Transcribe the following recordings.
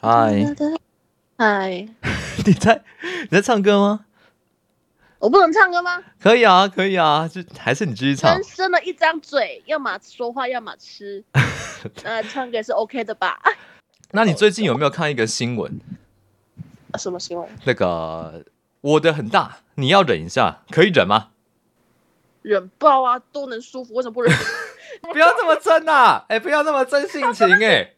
嗨，嗨，你在你在唱歌吗？我不能唱歌吗？可以啊，可以啊，就还是你继续唱人。生的一张嘴，要么说话，要么 吃，呃，唱歌也是 OK 的吧？那你最近有没有看一个新闻？ 什么新闻？那个我的很大，你要忍一下，可以忍吗？忍爆啊，都能舒服，为什么不忍？不要这么真啊！哎、不要这么真性情哎、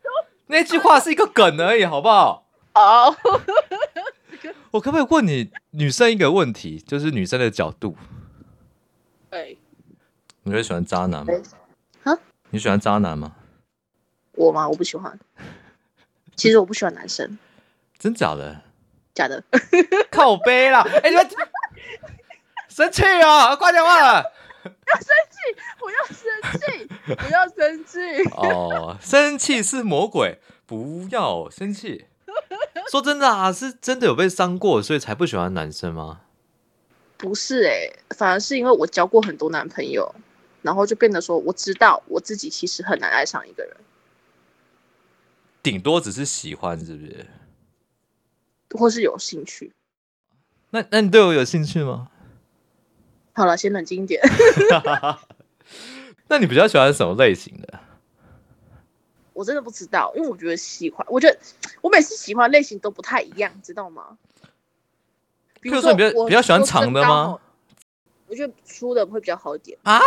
那句话是一个梗而已，好不好？ 哦，我可不可以问你女生一个问题，就是女生的角度，哎，你会喜欢渣男吗？哎啊你喜欢渣男吗？我吗？我不喜欢。其实我不喜欢男生，真假的？假的。靠背啦！哎、你们生气啊！快讲话了。 我要生气，不要生气。哦，生气是魔鬼，不要生气。说真的啊，是真的有被伤过，所以才不喜欢男生吗？不是哎、反而是因为我交过很多男朋友，然后就变得说，我知道我自己其实很难爱上一个人，顶多只是喜欢，是不是？或是有兴趣。那那你对我有兴趣吗？好了，先冷静一点。那你比较喜欢什么类型的？我真的不知道，因为我觉得喜欢，我觉得我每次喜欢类型都不太一样，你知道吗？比譬如说，你比较我比较喜欢长的？吗我？我觉得粗的会比较好一点啊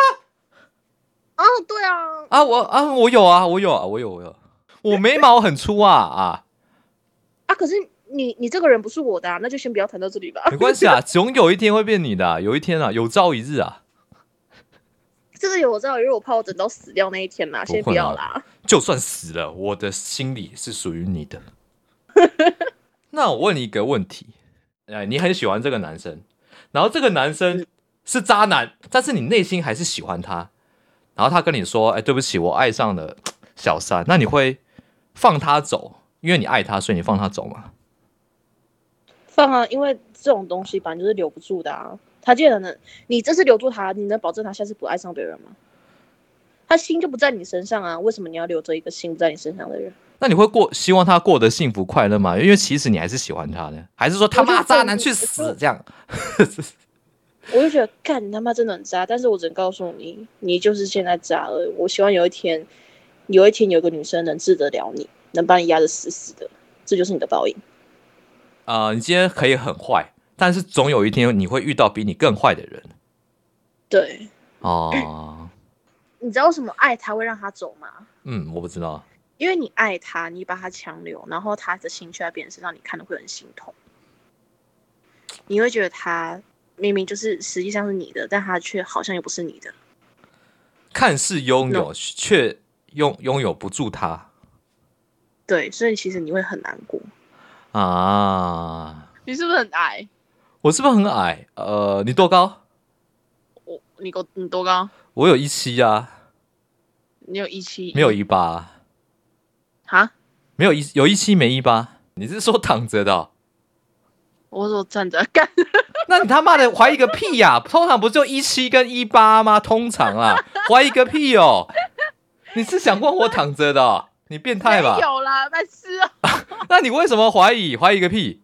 啊，对啊，啊，我啊，我有啊，我有啊，我有，我有。我眉毛很粗啊啊，啊，可是你你这个人不是我的、啊，那就先不要谈到这里吧。 没关系啊，总有一天会变你的啊、有一天啊，有朝一日啊，这个有我知道，因为我怕我等到死掉那一天啦、不先不会要啦啦。就算死了，我的心里是属于你的。 那我问你一个问题，哎，你很喜欢这个男生，然后这个男生是渣男，但是你内心还是喜欢他，然后他跟你说：“哎，对不起，我爱上了小三。”那你会放他走，因为你爱他，所以你放他走吗？放啊，因为这种东西反正就是留不住的啊。他既然能，你这次留住他，你能保证他下次不爱上别人吗？他心就不在你身上啊，为什么你要留着一个心不在你身上的人？那你会过希望他过得幸福快乐吗？因为其实你还是喜欢他的，还是说他我妈就渣正男去我死就这样？我就觉得，干你他妈真的很渣。但是我只能告诉你，你就是现在渣了。我希望有一天，有一天有个女生能治得了你，能把你压得死死的，这就是你的报应。呃，你今天可以很坏，但是总有一天你会遇到比你更坏的人对，哦。你知道为什么爱他会让他走吗？嗯，我不知道。因为你爱他，你把他强留，然后他的心却在别人身上，你看的会很心痛。你会觉得他明明就是实际上是你的，但他却好像又不是你的。看似拥有，却拥拥有不住他对，所以其实你会很难过。啊！你是不是很矮？我是不是很矮？呃，你多高？我你够你多高？我有一七啊，你有一七？没有一八，啊？没有一有一七没一八。你是说躺着的哦、我说站着干，那你他妈的怀疑个屁呀、通常不就一七跟一八吗？通常 啊，怀疑个屁哦！你是想问我躺着的哦、你变态吧没？有啦，白痴啊！那你为什么怀疑？怀疑个屁！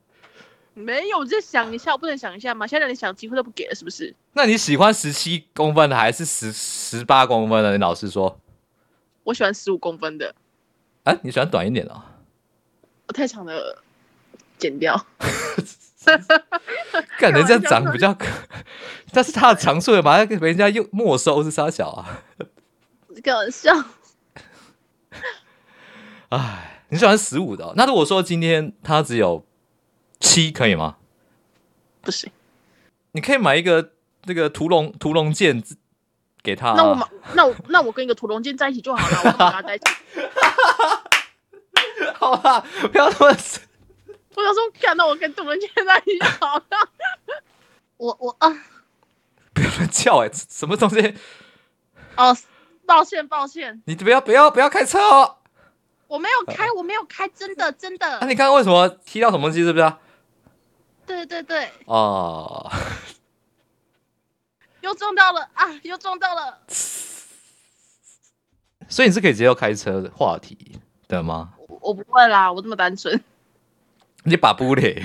没有，我就想一下，我不能想一下吗？现在连想机会都不给了，是不是？那你喜欢十七公分的还是十十八公分的？你老实说，我喜欢十五公分的，啊，你喜欢短一点的哦、我太长的剪掉。干人家开玩笑长比较，但是他的长处也把它给人家又没收是啥小啊？开玩笑，唉，你喜欢十五的哦、那如果说今天他只有七，可以吗？不行。你可以买一个那个屠龙屠龙剑自给他、啊那我买，那我那我跟一个屠龙剑在一起就好了，我干嘛跟他在一起？ 好啦，不要那么死。我想说，看到我跟屠龙剑在一起就好了。我我啊不要乱叫哎、什么东西？哦，抱歉抱歉，你不要不要不要开车哦！我没有开，我没有开，真的真那、 的。你刚刚为什么踢到什么东西？是不是、啊？对对对，哦，又撞到了啊，又撞到了。所以你是可以接受开车的话题的吗？我我不会啦，我这么单纯。你把不嘞？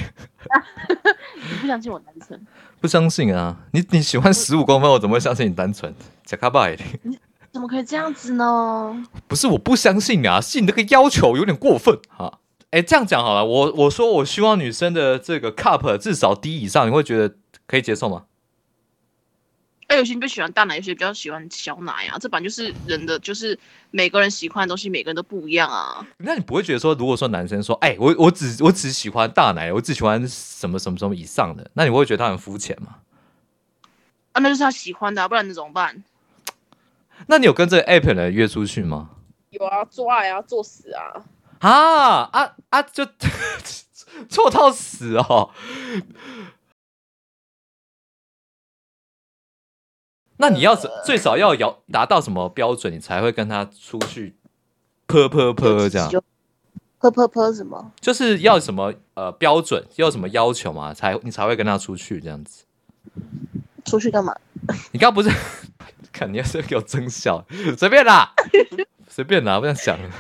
你不相信我单纯？ 不相信啊！你你喜欢十五公分，我怎么会相信你单纯？假卡拜，怎么可以这样子呢？ 不是我不相信啊，是你那个要求有点过分哈。哎、这样讲好了，我我说我希望女生的这个 cup 至少低以上，你会觉得可以接受吗？哎，有些人就喜欢大奶，有些比较喜欢小奶啊，这本来就是人的，就是每个人喜欢的东西，每个人都不一样啊。那你不会觉得说，如果说男生说，哎、我我只我只喜欢大奶，我只喜欢什么什么什么以上的，那你会觉得他很肤浅吗？啊，那就是他喜欢的、啊，不然能怎么办？那你有跟这个 app 的人约出去吗？有啊，做爱啊，作死啊！啊啊啊！就 错到死哦。那你要怎最少要要达到什么标准，你才会跟他出去泼泼泼这样？就泼泼泼什么？就是要什么呃标准，要什么要求嘛，才你才会跟他出去这样子。出去干嘛？你刚刚不是 看你要是给我争笑，随便啦，随便啦，不想想了，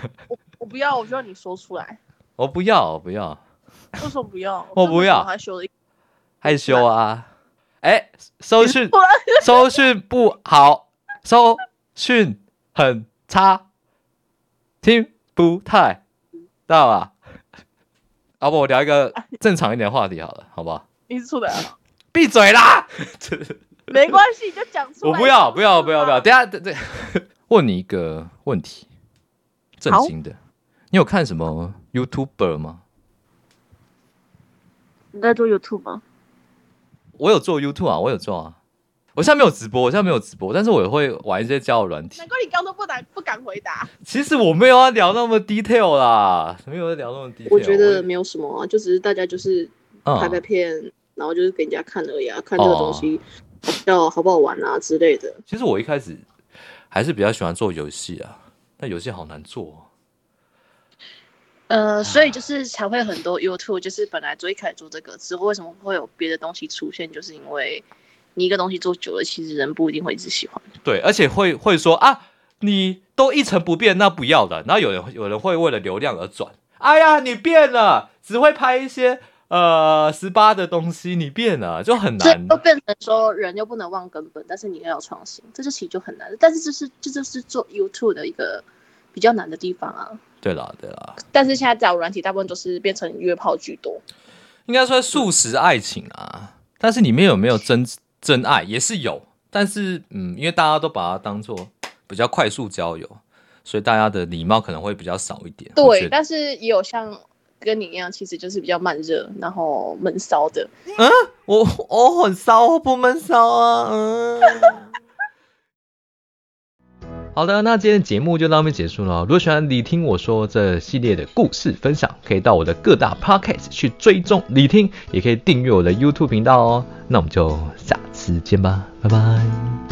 我不要，我就要你说出来。我不要，我不要。为什么不要？我不要我还修了一害羞啊！哎，收讯 收讯不好，收讯很差，听不太到啊。 要不我聊一个正常一点的话题好了，好不好？你出来了，闭嘴 啦！没关系，你就讲出来。我不要，不要，不要，不要！等一下， 等等，问你一个问题，正好经的，你有看什么 YouTuber 吗？你在做 YouTube 吗？我有做 YouTube 啊，我有做啊。我现在没有直播，我现在没有直播，但是我也会玩一些交友软体难。怪你刚都不敢不敢回答。其实我没有要聊那么 detail 啦，没有要聊那么 detail。我觉得没有什么啊，就只是大家就是我，拍拍嗯，片，然后就是给人家看而已啊，看这个东哦西好笑好不好玩啊之类的。其实我一开始还是比较喜欢做游戏啊，但游戏好难做、哦。啊呃，所以就是才会很多 YouTube，就是本来最开始做这个，之后为什么会有别的东西出现，就是因为你一个东西做久了，其实人不一定会一直喜欢。对，而且会会说啊，你都一成不变，那不要的。然后有人有人会为了流量而转，哎呀，你变了，只会拍一些呃十八的东西，你变了就很这难。都变成说人又不能忘根本，但是你又要创新，这就其实就很难。但是这是这就是做 YouTube 的一个比较难的地方啊。对啦，对啦。但是现在找软体大部分都是变成约炮居多，应该说素食爱情啊，但是里面有没有真真爱也是有，但是嗯，因为大家都把它当做比较快速交友，所以大家的礼貌可能会比较少一点。我对觉，得但是也有像跟你一样，其实就是比较慢热，然后闷骚的。我我很骚，我不闷骚啊。嗯 好的，那今天的节目就到这边结束了哦。如果喜欢你听我说这系列的故事分享，可以到我的各大 podcast 去追踪你听，也可以订阅我的 YouTube 频道哦。那我们就下次见吧，拜拜。